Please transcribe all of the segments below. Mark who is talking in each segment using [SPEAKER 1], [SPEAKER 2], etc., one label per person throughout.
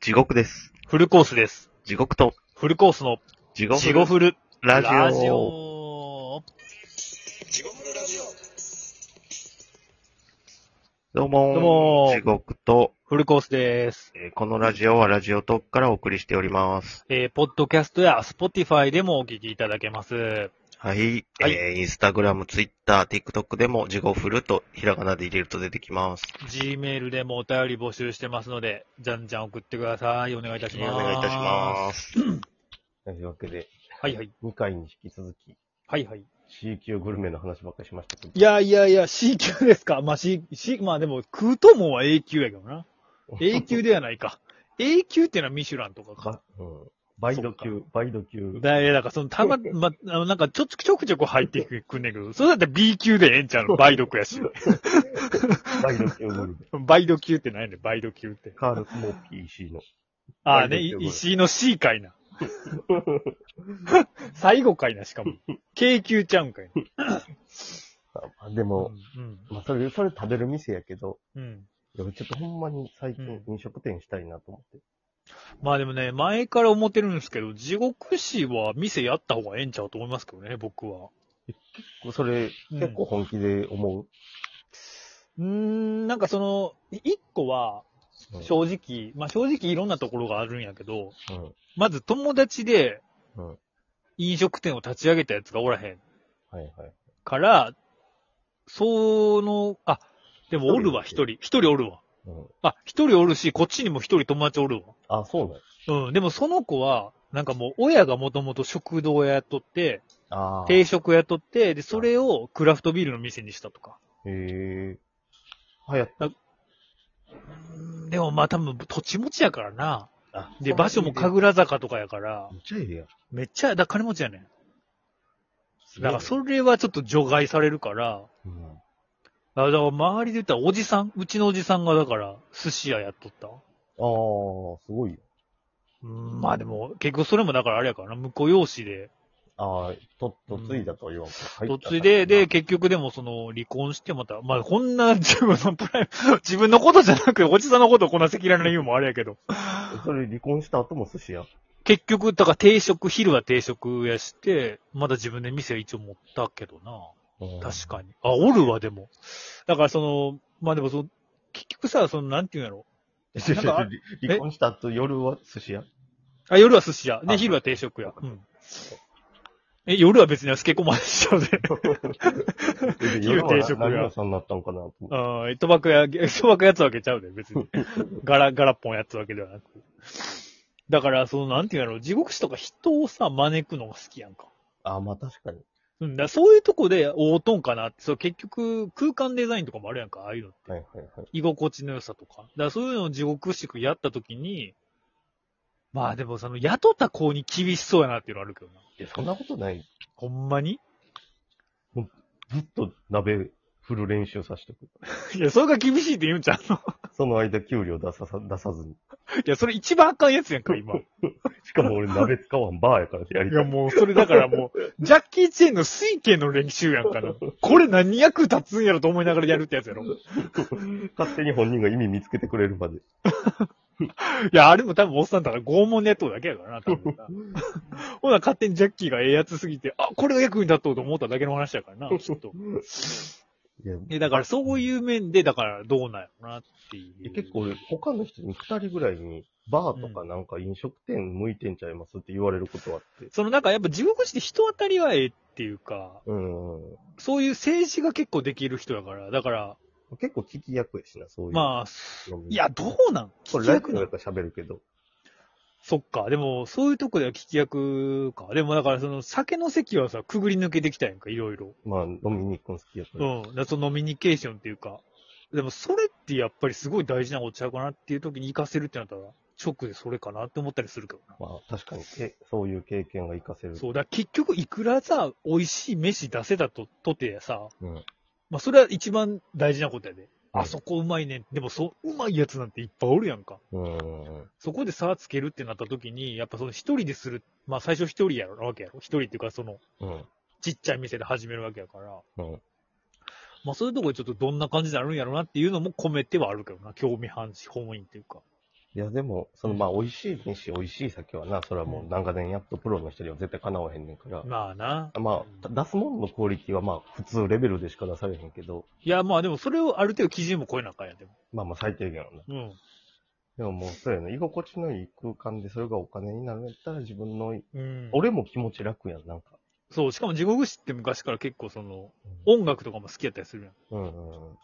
[SPEAKER 1] 地獄です。
[SPEAKER 2] フルコースです。
[SPEAKER 1] 地獄と、
[SPEAKER 2] フルコースの
[SPEAKER 1] 地獄
[SPEAKER 2] ジゴフル
[SPEAKER 1] ラジオ。
[SPEAKER 2] オ。
[SPEAKER 1] どうもー
[SPEAKER 2] どうもー
[SPEAKER 1] 地獄と、
[SPEAKER 2] フルコースです。
[SPEAKER 1] えーこのラジオはラジオトークからお送りしております。
[SPEAKER 2] えー、ポッドキャストやスポティファイでもお聞きいただけます。
[SPEAKER 1] はい。
[SPEAKER 2] はい
[SPEAKER 1] えー、インスタグラム、ツイッター、ティックトックでも、地獄フルと、ひらがなで入れると出てきます。
[SPEAKER 2] Gmail でもお便り募集してますので、じゃんじゃん送ってください。お願いいたし
[SPEAKER 1] お
[SPEAKER 2] ます。。
[SPEAKER 1] 願いいたしますす。
[SPEAKER 3] というわけで、
[SPEAKER 2] はいはい。
[SPEAKER 3] 2回に引き続き、
[SPEAKER 2] はいはい。
[SPEAKER 3] C 級グルメの話ばっかりしましたけど。
[SPEAKER 2] いやいやいや、C 級ですか。まあ C、C、まあでも、食うともんは A 級やけどな。A 級ではないか。A 級ってのはミシュランとかか。
[SPEAKER 3] ば、うん。バイド級、バイド 級。
[SPEAKER 2] だいや、だからその、た ま、ま、あの、なんか、ちょ、ちょくちょく入ってくんねんけど、それだって B 級でええんちゃうの倍読や し。
[SPEAKER 3] バイド級グルメ。
[SPEAKER 2] 倍読級って何やねん、倍読級って。
[SPEAKER 3] カール・スモーピー C の。
[SPEAKER 2] ああね、
[SPEAKER 3] 倍
[SPEAKER 2] い
[SPEAKER 3] 読級
[SPEAKER 2] 石井の C か いな。最後かいな、しかも。K 級ちゃうんかいな。
[SPEAKER 3] あでも、
[SPEAKER 2] うん。
[SPEAKER 3] まあ、それ、それ食べる店やけど、
[SPEAKER 2] うん。
[SPEAKER 3] いやちょっとほんまに最近
[SPEAKER 2] う
[SPEAKER 3] 飲食店したいなと思って。
[SPEAKER 2] まあでもね、前から思ってるんですけど、地獄市は店やった方がええんちゃうと思いますけどね、僕は。
[SPEAKER 3] それ、
[SPEAKER 2] うん
[SPEAKER 3] 結構本気で思う。
[SPEAKER 2] うーん、なんかその、一個は、
[SPEAKER 3] うん
[SPEAKER 2] 正直、まあ正直いろんなところがあるんやけど、
[SPEAKER 3] うん。
[SPEAKER 2] まず友達で
[SPEAKER 3] うん。は
[SPEAKER 2] 飲食店を立ち上げたやつがおらへん
[SPEAKER 3] いはい。
[SPEAKER 2] から、その、あ、でもおるわ、一人。一人おるわ。
[SPEAKER 3] うん。
[SPEAKER 2] あ、一人おるし、こっちにも一人友達おるわ。
[SPEAKER 3] あ、そうなんや
[SPEAKER 2] うん、でもその子は、なんかもう親がもともと食堂をやっとって、
[SPEAKER 3] あー
[SPEAKER 2] 定食やっとって、で、それをクラフトビールの店にしたとか。
[SPEAKER 3] へえ。はやった。
[SPEAKER 2] うんでもまあ多分土地持ちやからな。
[SPEAKER 3] あ
[SPEAKER 2] で、場所も神楽坂とかやから、
[SPEAKER 3] めっちゃええやん。
[SPEAKER 2] めっちゃ、だから金持ちやねん。
[SPEAKER 3] すげ
[SPEAKER 2] だ
[SPEAKER 3] えな
[SPEAKER 2] からそれはちょっと除外されるから、
[SPEAKER 3] うん。
[SPEAKER 2] あだから周りで言ったらおじさん、うちのおじさんがだから寿司屋やっとった。
[SPEAKER 3] あー、すごいよ。
[SPEAKER 2] うん、まあでも、結局それもだからあれやからな、婿養子で、
[SPEAKER 3] ああ、と、とついだとは言わんか。
[SPEAKER 2] とついで、で、、結局でもその、離婚してまた、まあこんな 自分のプライム、自分のことじゃなくて、おじさんのことをこんな赤裸々な言うのもあれやけど。
[SPEAKER 3] それ離婚した後も寿司屋。
[SPEAKER 2] 結局、だから定食、昼は定食やして、まだ自分で店一応持ったけどな。確かに。あ、おるわ、でも。だから、その、まあでも、その、結局さ、その、なんていうんやろ。
[SPEAKER 3] に。 ちょちょちょ
[SPEAKER 2] なんか
[SPEAKER 3] 離婚した後夜は寿 司屋
[SPEAKER 2] あ、夜は寿司屋。ね、
[SPEAKER 3] あ
[SPEAKER 2] 昼は定食や。うん。え、夜は別にスケコまでし ちゃうで。
[SPEAKER 3] 夜は
[SPEAKER 2] 定食屋
[SPEAKER 3] 何屋さんになったんかなと思って。
[SPEAKER 2] うん、賭博や、賭博やつわけちゃうで、別 に。ガラ、ガラポンやつわけではなく。だから、その、なんていうんやろ、地獄師とか人をさ、招くのが好きやんか。
[SPEAKER 3] ああ、まあ確かに。
[SPEAKER 2] うん、だからそういうとこで、おうとんかなって、そう、結局、空間デザインとかもあるやんか、ああいうのって
[SPEAKER 3] はいはいはい。
[SPEAKER 2] 居心地の良さとか。だからそういうのを地獄しくやったときに、まあでもその雇った子に厳しそうやなっていうのはあるけどな。
[SPEAKER 3] いや、そんなことない。
[SPEAKER 2] ほんまに
[SPEAKER 3] ずっと鍋振る練習させてくる。
[SPEAKER 2] いや、それが厳しいって言うんちゃうの
[SPEAKER 3] その間給料出ささ、出さずに。
[SPEAKER 2] いや、それ一番あかんやつやんか、今。い
[SPEAKER 3] しかも 俺鍋使わんバーやからやりた
[SPEAKER 2] や、
[SPEAKER 3] い。
[SPEAKER 2] もうそれだからも う、ジャッキー・チェーンの水系の練習やんかな。これ何役立つんやろと思いながらやるってやつやろ。い
[SPEAKER 3] 勝手に本人が意味見つけてくれるまで。
[SPEAKER 2] や、あれも多分おっさんだから拷問ネットだけやからな、多 分な。ほな、勝手にジャッキーがええやつすぎて、あ、これが役に立とうと思っただけの話やからな、きっと。
[SPEAKER 3] いや、
[SPEAKER 2] え、だからそういう面で、だからどうなんやろなってい
[SPEAKER 3] え
[SPEAKER 2] う。
[SPEAKER 3] 結構俺、他の人に二人ぐらいに、バーとかなんか飲食店向いてんちゃいますって言われることあって。
[SPEAKER 2] そのなんかやっぱ地獄師って人当たりはええっていうか、
[SPEAKER 3] うん。
[SPEAKER 2] そういう政治が結構できる人やから、だから、
[SPEAKER 3] 結構聞き役やしな、そういう。
[SPEAKER 2] まあ、いや、どうなん
[SPEAKER 3] こ
[SPEAKER 2] 聞
[SPEAKER 3] れ
[SPEAKER 2] き
[SPEAKER 3] ライフ
[SPEAKER 2] 役
[SPEAKER 3] の
[SPEAKER 2] な
[SPEAKER 3] や
[SPEAKER 2] の
[SPEAKER 3] っぱ喋るけど。
[SPEAKER 2] そっか。でも、そういうとこでは聞き役か。でもだからその酒の席はさ、くぐり抜けできたやんか、いろいろ。
[SPEAKER 3] まあ、飲みに行くの好きやか
[SPEAKER 2] う
[SPEAKER 3] ら。
[SPEAKER 2] ん。だからそのノミニケーションっていうか。でもそれってやっぱりすごい大事なことちゃうかなっていう時に活かせるってなったら、直でそれかなって思ったりするけどな。
[SPEAKER 3] まあ、確かにけ、そういう経験が活かせる。
[SPEAKER 2] そう、だから結局いくらさ、美味しい飯出せたと、とてさ、
[SPEAKER 3] うん
[SPEAKER 2] まあそれは一番大事なことやで。
[SPEAKER 3] うん
[SPEAKER 2] あそこうまいねん。でもそう、うまいやつなんていっぱいおるやんか。
[SPEAKER 3] うん。
[SPEAKER 2] そこで差つけるってなった時に、やっぱその一人でする、まあ最初一人やろ、なわけやろ。一人っていうかその、
[SPEAKER 3] うん。
[SPEAKER 2] ちっちゃい店で始めるわけやから。
[SPEAKER 3] うん。
[SPEAKER 2] まあそういうとこでちょっとどんな感じになるんやろなっていうのも込めてはあるけどな。興味半し、本意っていうか。
[SPEAKER 3] いや、でも、その、まあ、美味しい飯、美味しい酒はな、それはもう長年やっとプロの人には絶対かなわへんねんから。
[SPEAKER 2] まあな。
[SPEAKER 3] まあ、出すもんのクオリティはまあ、普通レベルでしか出されへんけど、
[SPEAKER 2] いや、まあでもそれをある程度基準も超えなあかんやん、でも。
[SPEAKER 3] まあまあ最低限はな。
[SPEAKER 2] うん。
[SPEAKER 3] でももう、そうやね。居心地のいい空間でそれがお金になるんやったら自分の、
[SPEAKER 2] うん、
[SPEAKER 3] 俺も気持ち楽やん、なんか。
[SPEAKER 2] そう、しかも地獄師って昔から結構その、
[SPEAKER 3] うん
[SPEAKER 2] 音楽とかも好きやったりするやん。
[SPEAKER 3] うんうん。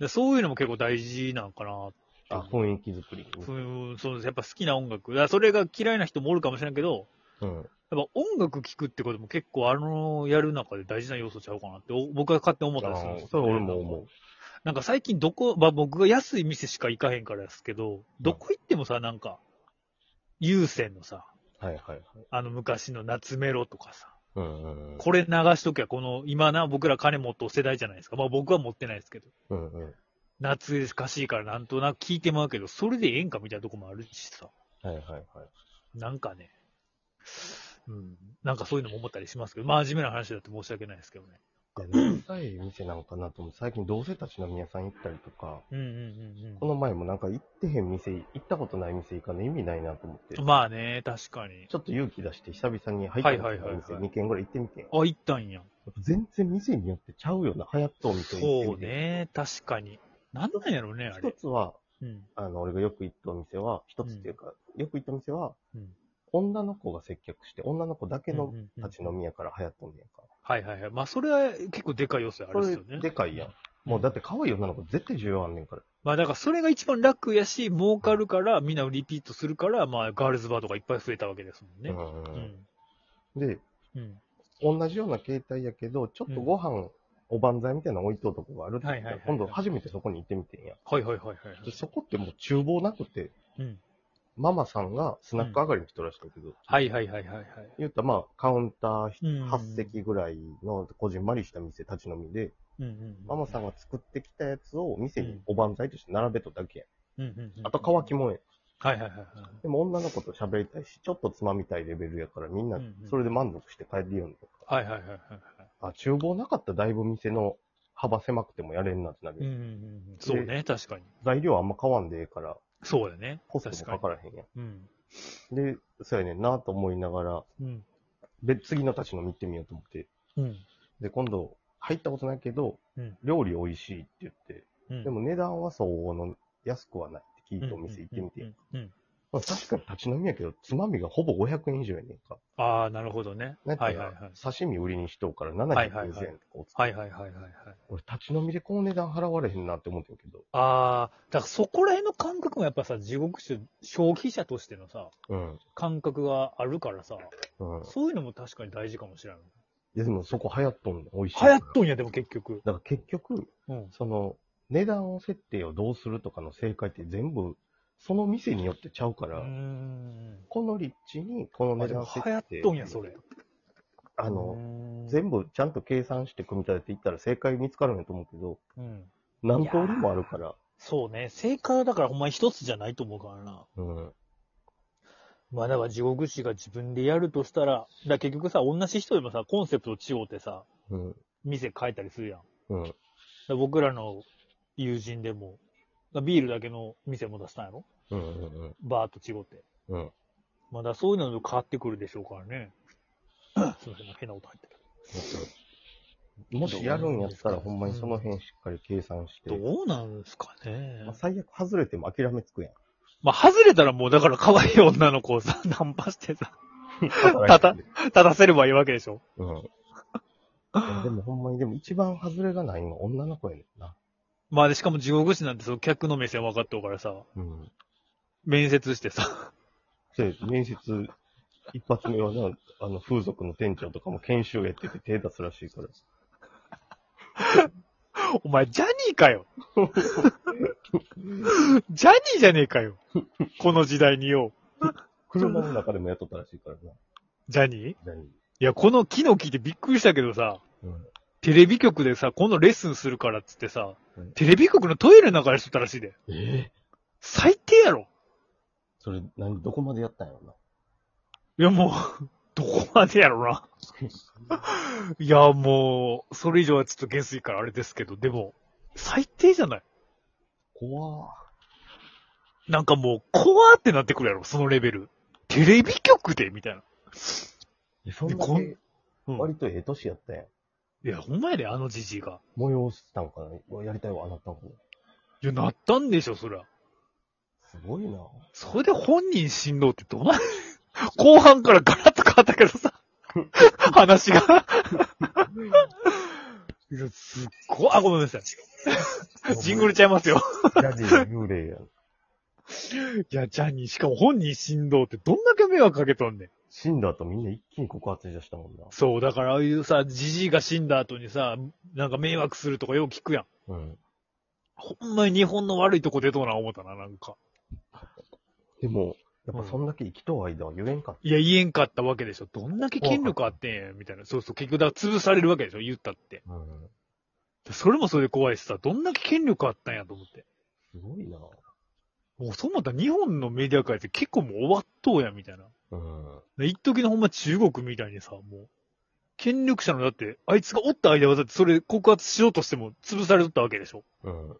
[SPEAKER 2] でそういうのも結構大事なんかな。
[SPEAKER 3] あ、雰囲気作り。
[SPEAKER 2] そういう、そうです。やっぱ好きな音楽。だからそれが嫌いな人もおるかもしれんけど、
[SPEAKER 3] うん。
[SPEAKER 2] やっぱ音楽聴くってことも結構あの、やる中で大事な要素ちゃうかなって、お僕は勝手に思ったりするんです
[SPEAKER 3] あーそれ俺も思う。
[SPEAKER 2] なんか最近どこ、まあ僕が安い店しか行かへんからですけど、どこ行ってもさ、なんか、有線のさ、
[SPEAKER 3] はいはいはい。
[SPEAKER 2] あの昔の夏メロとかさ、
[SPEAKER 3] うんうんうん。
[SPEAKER 2] これ流しときゃ、この、今な、僕ら金持っとう世代じゃないですか。まあ僕は持ってないですけど。
[SPEAKER 3] うんうん。
[SPEAKER 2] 懐かしいからなんとなく聞いてまうけど、それでええんかみたいなとこもあるしさ。
[SPEAKER 3] はいはいはい。
[SPEAKER 2] なんかね、うん、なんかそういうのも思ったりしますけど、まあ真面目な話だって申し訳ないですけどね。
[SPEAKER 3] 小さい店なんかなと思って、最近同性たちの宮さん行ったりとか、
[SPEAKER 2] うんうん
[SPEAKER 3] この前もなんか行ってへん店、行ったことない店行かない意味ないなと思って、
[SPEAKER 2] うんうん。まあね、確かに。
[SPEAKER 3] ちょっと勇気出して久々に入ったことな
[SPEAKER 2] はい
[SPEAKER 3] い
[SPEAKER 2] はいはい
[SPEAKER 3] 店
[SPEAKER 2] はい
[SPEAKER 3] 2軒ぐらい行ってみてよ。
[SPEAKER 2] あ、行ったんや。
[SPEAKER 3] 全然店によってちゃうよな、流行ったお店行って
[SPEAKER 2] そ
[SPEAKER 3] み
[SPEAKER 2] う
[SPEAKER 3] て。
[SPEAKER 2] ね、確かに。なんなんやろうね、あ
[SPEAKER 3] 一
[SPEAKER 2] れ。
[SPEAKER 3] つは、
[SPEAKER 2] うん。
[SPEAKER 3] あの、俺がよく行ったお店は、一つっていうか、よく行ったお店は、
[SPEAKER 2] うん
[SPEAKER 3] 女の子が接客して、女の子だけ
[SPEAKER 2] う
[SPEAKER 3] の
[SPEAKER 2] んうんうん
[SPEAKER 3] 立ち飲みやから流行ったんねやんか。
[SPEAKER 2] はいはいはい。まあそれは結構でかい要素あるですよ
[SPEAKER 3] そ
[SPEAKER 2] ね
[SPEAKER 3] れ。でかいやん。もうだって可愛い女の子絶対重要あんねんから。
[SPEAKER 2] まあだからそれが一番楽やし、儲かるから、みんなリピートするから、まあガールズバーとかいっぱい増えたわけですもんね。
[SPEAKER 3] うんう
[SPEAKER 2] うん
[SPEAKER 3] うん
[SPEAKER 2] ん。
[SPEAKER 3] で、
[SPEAKER 2] うん。
[SPEAKER 3] 同じような形態やけど、ちょっとご飯、おばんざいみたいなの置いとうとこがあるって言ったら
[SPEAKER 2] はいはいはい
[SPEAKER 3] 今度初めてそこに行ってみてんや。
[SPEAKER 2] はいはいはいはい
[SPEAKER 3] でそこってもう厨房なくて、
[SPEAKER 2] うん
[SPEAKER 3] ママさんがスナック上がりに来たらしいんだけど、
[SPEAKER 2] はい。はいはいはいはいはい。
[SPEAKER 3] 言ったらまあカウンター
[SPEAKER 2] うん
[SPEAKER 3] 8席ぐらいのこじんまりした店立ち飲みで、
[SPEAKER 2] うんうん。
[SPEAKER 3] ママさんが作ってきたやつを店におばんざいとして並べとだけや、
[SPEAKER 2] うんうんうん。
[SPEAKER 3] ん。あと乾き
[SPEAKER 2] も。
[SPEAKER 3] もええ。
[SPEAKER 2] はいはいはいはい。
[SPEAKER 3] でも女の子と喋りたいし、ちょっとつまみたいレベルやからみんな
[SPEAKER 2] うんうん
[SPEAKER 3] それで満足して帰るようにとか。
[SPEAKER 2] はいはいはいはいはい。
[SPEAKER 3] あ、厨房なかったらだいぶ店の幅狭くてもやれんなってなる
[SPEAKER 2] う
[SPEAKER 3] や
[SPEAKER 2] ん
[SPEAKER 3] ん。
[SPEAKER 2] うんうん。そうね、確かに。
[SPEAKER 3] 材料あんま買わんでええから、
[SPEAKER 2] そうやね。
[SPEAKER 3] コストもかからへんや
[SPEAKER 2] に。うん。
[SPEAKER 3] ん。で、そうやねんなと思いながら、
[SPEAKER 2] うん。
[SPEAKER 3] で、次の立ち飲み行ってみようと思って。
[SPEAKER 2] うん。
[SPEAKER 3] で、今度、入ったことないけど、
[SPEAKER 2] うん
[SPEAKER 3] 料理美味しいって言って、
[SPEAKER 2] うん。
[SPEAKER 3] でも値段は相応の安くはないって
[SPEAKER 2] う
[SPEAKER 3] 聞い
[SPEAKER 2] ん、
[SPEAKER 3] たお店行ってみて。
[SPEAKER 2] うん。うんうん。
[SPEAKER 3] まあ確かに立ち飲みやけど、つまみがほぼ500円以上やねんか。
[SPEAKER 2] ああ、なるほどね。
[SPEAKER 3] ない
[SPEAKER 2] は
[SPEAKER 3] んか、
[SPEAKER 2] はいはい。
[SPEAKER 3] 刺身売りにしとうから
[SPEAKER 2] はいは
[SPEAKER 3] 720円
[SPEAKER 2] いはい
[SPEAKER 3] とか、
[SPEAKER 2] はいはいはいはいはい。
[SPEAKER 3] 俺立ち飲みでこの値段払われへんなって思ってんけど。
[SPEAKER 2] ああ、だからそこら辺の感覚もやっぱさ、地獄種、消費者としてのさ、
[SPEAKER 3] うん。
[SPEAKER 2] 感覚があるからさ、
[SPEAKER 3] うん。
[SPEAKER 2] そういうのも確かに大事かもしれない。
[SPEAKER 3] いやでもそこ流行っとんねん。美味しいか
[SPEAKER 2] 流
[SPEAKER 3] ら。
[SPEAKER 2] 行っとんや、でも結局。
[SPEAKER 3] だから結局、
[SPEAKER 2] うん。
[SPEAKER 3] その、値段を設定をどうするとかの正解って全部、その店によってちゃうか
[SPEAKER 2] う
[SPEAKER 3] ら、
[SPEAKER 2] ーん。
[SPEAKER 3] この立地にこの
[SPEAKER 2] あ
[SPEAKER 3] 値
[SPEAKER 2] でも
[SPEAKER 3] 段
[SPEAKER 2] 流行っとんや、それ。
[SPEAKER 3] あ
[SPEAKER 2] うー
[SPEAKER 3] の、
[SPEAKER 2] ん、
[SPEAKER 3] 全部ちゃんと計算して組み立てていったら正解見つかるんやと思うけど、
[SPEAKER 2] うん。
[SPEAKER 3] 何通りもあるから、
[SPEAKER 2] そうね。正解はだからほんまに一つじゃないと思うからな。
[SPEAKER 3] うん。
[SPEAKER 2] まあだから地獄師が自分でやるとしたら、だから結局さ、同じ人でもさ、コンセプト違うてさ、
[SPEAKER 3] うん。
[SPEAKER 2] 店変えたりするやん。
[SPEAKER 3] うん。
[SPEAKER 2] で僕らの友人でも、ビールだけの店も出したんやろ
[SPEAKER 3] うん。うん。
[SPEAKER 2] バーと違って。
[SPEAKER 3] うん。
[SPEAKER 2] まだそういうのと変わってくるでしょうからね。 すいません、変な音入ってる。
[SPEAKER 3] もしやるんやったら、ほんまにその辺しっかり計算して。
[SPEAKER 2] どうなんですかね
[SPEAKER 3] まあ、。最悪外れても諦めつくやん。
[SPEAKER 2] まあ、外れたらもうだから可愛い女の子をさ、 ナンパしてさ、 たた立たせればいいわけでしょ。
[SPEAKER 3] うん。いやでもほんまに、でも一番外れがないのは女の子やねんな。
[SPEAKER 2] まあで、しかも地獄師なんてその客の目線分かっとうからさ、
[SPEAKER 3] うん。
[SPEAKER 2] 面接してさ、
[SPEAKER 3] で、面接、一発目はな、あの、風俗の店長とかも研修やってて手出すらしいから。
[SPEAKER 2] お前ジャニーかよ ジャニーじゃねえかよこの時代によ。
[SPEAKER 3] 車の中でも雇ったらしいからな。
[SPEAKER 2] ジャニー
[SPEAKER 3] ジャニ
[SPEAKER 2] いや、この機能聞いてびっくりしたけどさ、
[SPEAKER 3] ー。うん。
[SPEAKER 2] テレビ局でさ、このレッスンするからっつってさ
[SPEAKER 3] うん、
[SPEAKER 2] テレビ局のトイレの中でしとったらしいで。
[SPEAKER 3] ええ
[SPEAKER 2] 最低やろ
[SPEAKER 3] それ、何、どこまでやったんやろな。
[SPEAKER 2] いや、もう、 どこまでやろな。 いや、もう、それ以上はちょっと減衰からあれですけど、でも、最低じゃない
[SPEAKER 3] 怖
[SPEAKER 2] なんかもう、怖ってなってくるやろ、そのレベル。テレビ局でみたいな。
[SPEAKER 3] いやそんだ
[SPEAKER 2] こん
[SPEAKER 3] け、
[SPEAKER 2] うん
[SPEAKER 3] 割とええ年やったやん。
[SPEAKER 2] いや、ほんまやで、あのじじいが。
[SPEAKER 3] 催したんかなうわやりたいわ、なったんかない
[SPEAKER 2] や、なったんでしょ、そりゃ。
[SPEAKER 3] すごいな。
[SPEAKER 2] それで本人振動ってどうなる 後半からガラッと変わったけどさ。話が。いや、すっごい、あ、ごめんなさい。ジングル
[SPEAKER 3] ジ
[SPEAKER 2] ちゃいますよ。
[SPEAKER 3] ャニー幽霊やん。
[SPEAKER 2] いや、ジャニー、しかも本人振動ってどんだけ迷惑かけとんねん。
[SPEAKER 3] 死んだ後みんな一気に告発しだしたもんな。
[SPEAKER 2] そう、だからああいうさ、じじいが死んだ後にさ、なんか迷惑するとかよく聞くやん。
[SPEAKER 3] うん。
[SPEAKER 2] ほんまに日本の悪いとこ出とうな思ったな、なんか。
[SPEAKER 3] でも、やっぱそんだけ生きとう間は言えんかっ
[SPEAKER 2] いや、言えんかったわけでしょ。どんだけ権力あってんや、みたいな。そうそう、結局だから潰されるわけでしょ、言ったって。
[SPEAKER 3] た。うん。
[SPEAKER 2] それもそれで怖いしさ、どんだけ権力あったんやと思って。
[SPEAKER 3] すごいな。
[SPEAKER 2] もうそう思ったら日本のメディア界って結構もう終わっとうや、みたいな。
[SPEAKER 3] うん。
[SPEAKER 2] で一時のほんま中国みたいにさ、もう、権力者のだって、あいつがおった間はだってそれ告発しようとしても潰されとったわけでしょ。
[SPEAKER 3] うん。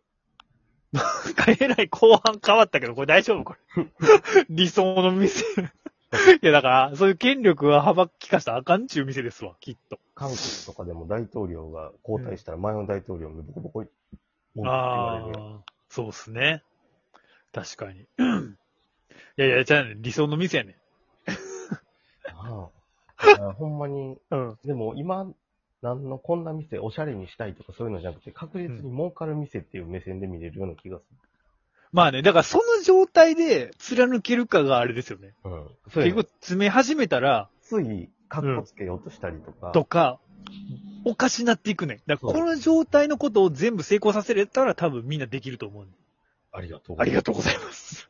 [SPEAKER 2] なんかえらい後半変わったけど、これ大丈夫これ。 理想の店。いやだから、そういう権力は幅利かしたらあかんちゅう店ですわ、きっと。
[SPEAKER 3] 韓国とかでも大統領が交代したら前の大統領にボコボコ、文句言われ
[SPEAKER 2] あ
[SPEAKER 3] るやん
[SPEAKER 2] あ、そうっすね。確かに。 いやいや、じゃあね、理想の店やね。
[SPEAKER 3] なあいやほんまに、
[SPEAKER 2] うん。
[SPEAKER 3] でも今、なんのこんな店おしゃれにしたいとかそういうのじゃなくて、確実に儲かる店っていう目線で見れるような気がす
[SPEAKER 2] まあね、だからその状態で貫けるかがあれですよね。
[SPEAKER 3] る。うん。そう
[SPEAKER 2] 結
[SPEAKER 3] いう
[SPEAKER 2] 局詰め始めたら、
[SPEAKER 3] つい、かっこつけようとしたりとか。
[SPEAKER 2] とか、おかしなっていくねん。だからこの状態のことを全部成功させれたら多分みんなできると思うねん。
[SPEAKER 3] ありがとう
[SPEAKER 2] ありがとうございます。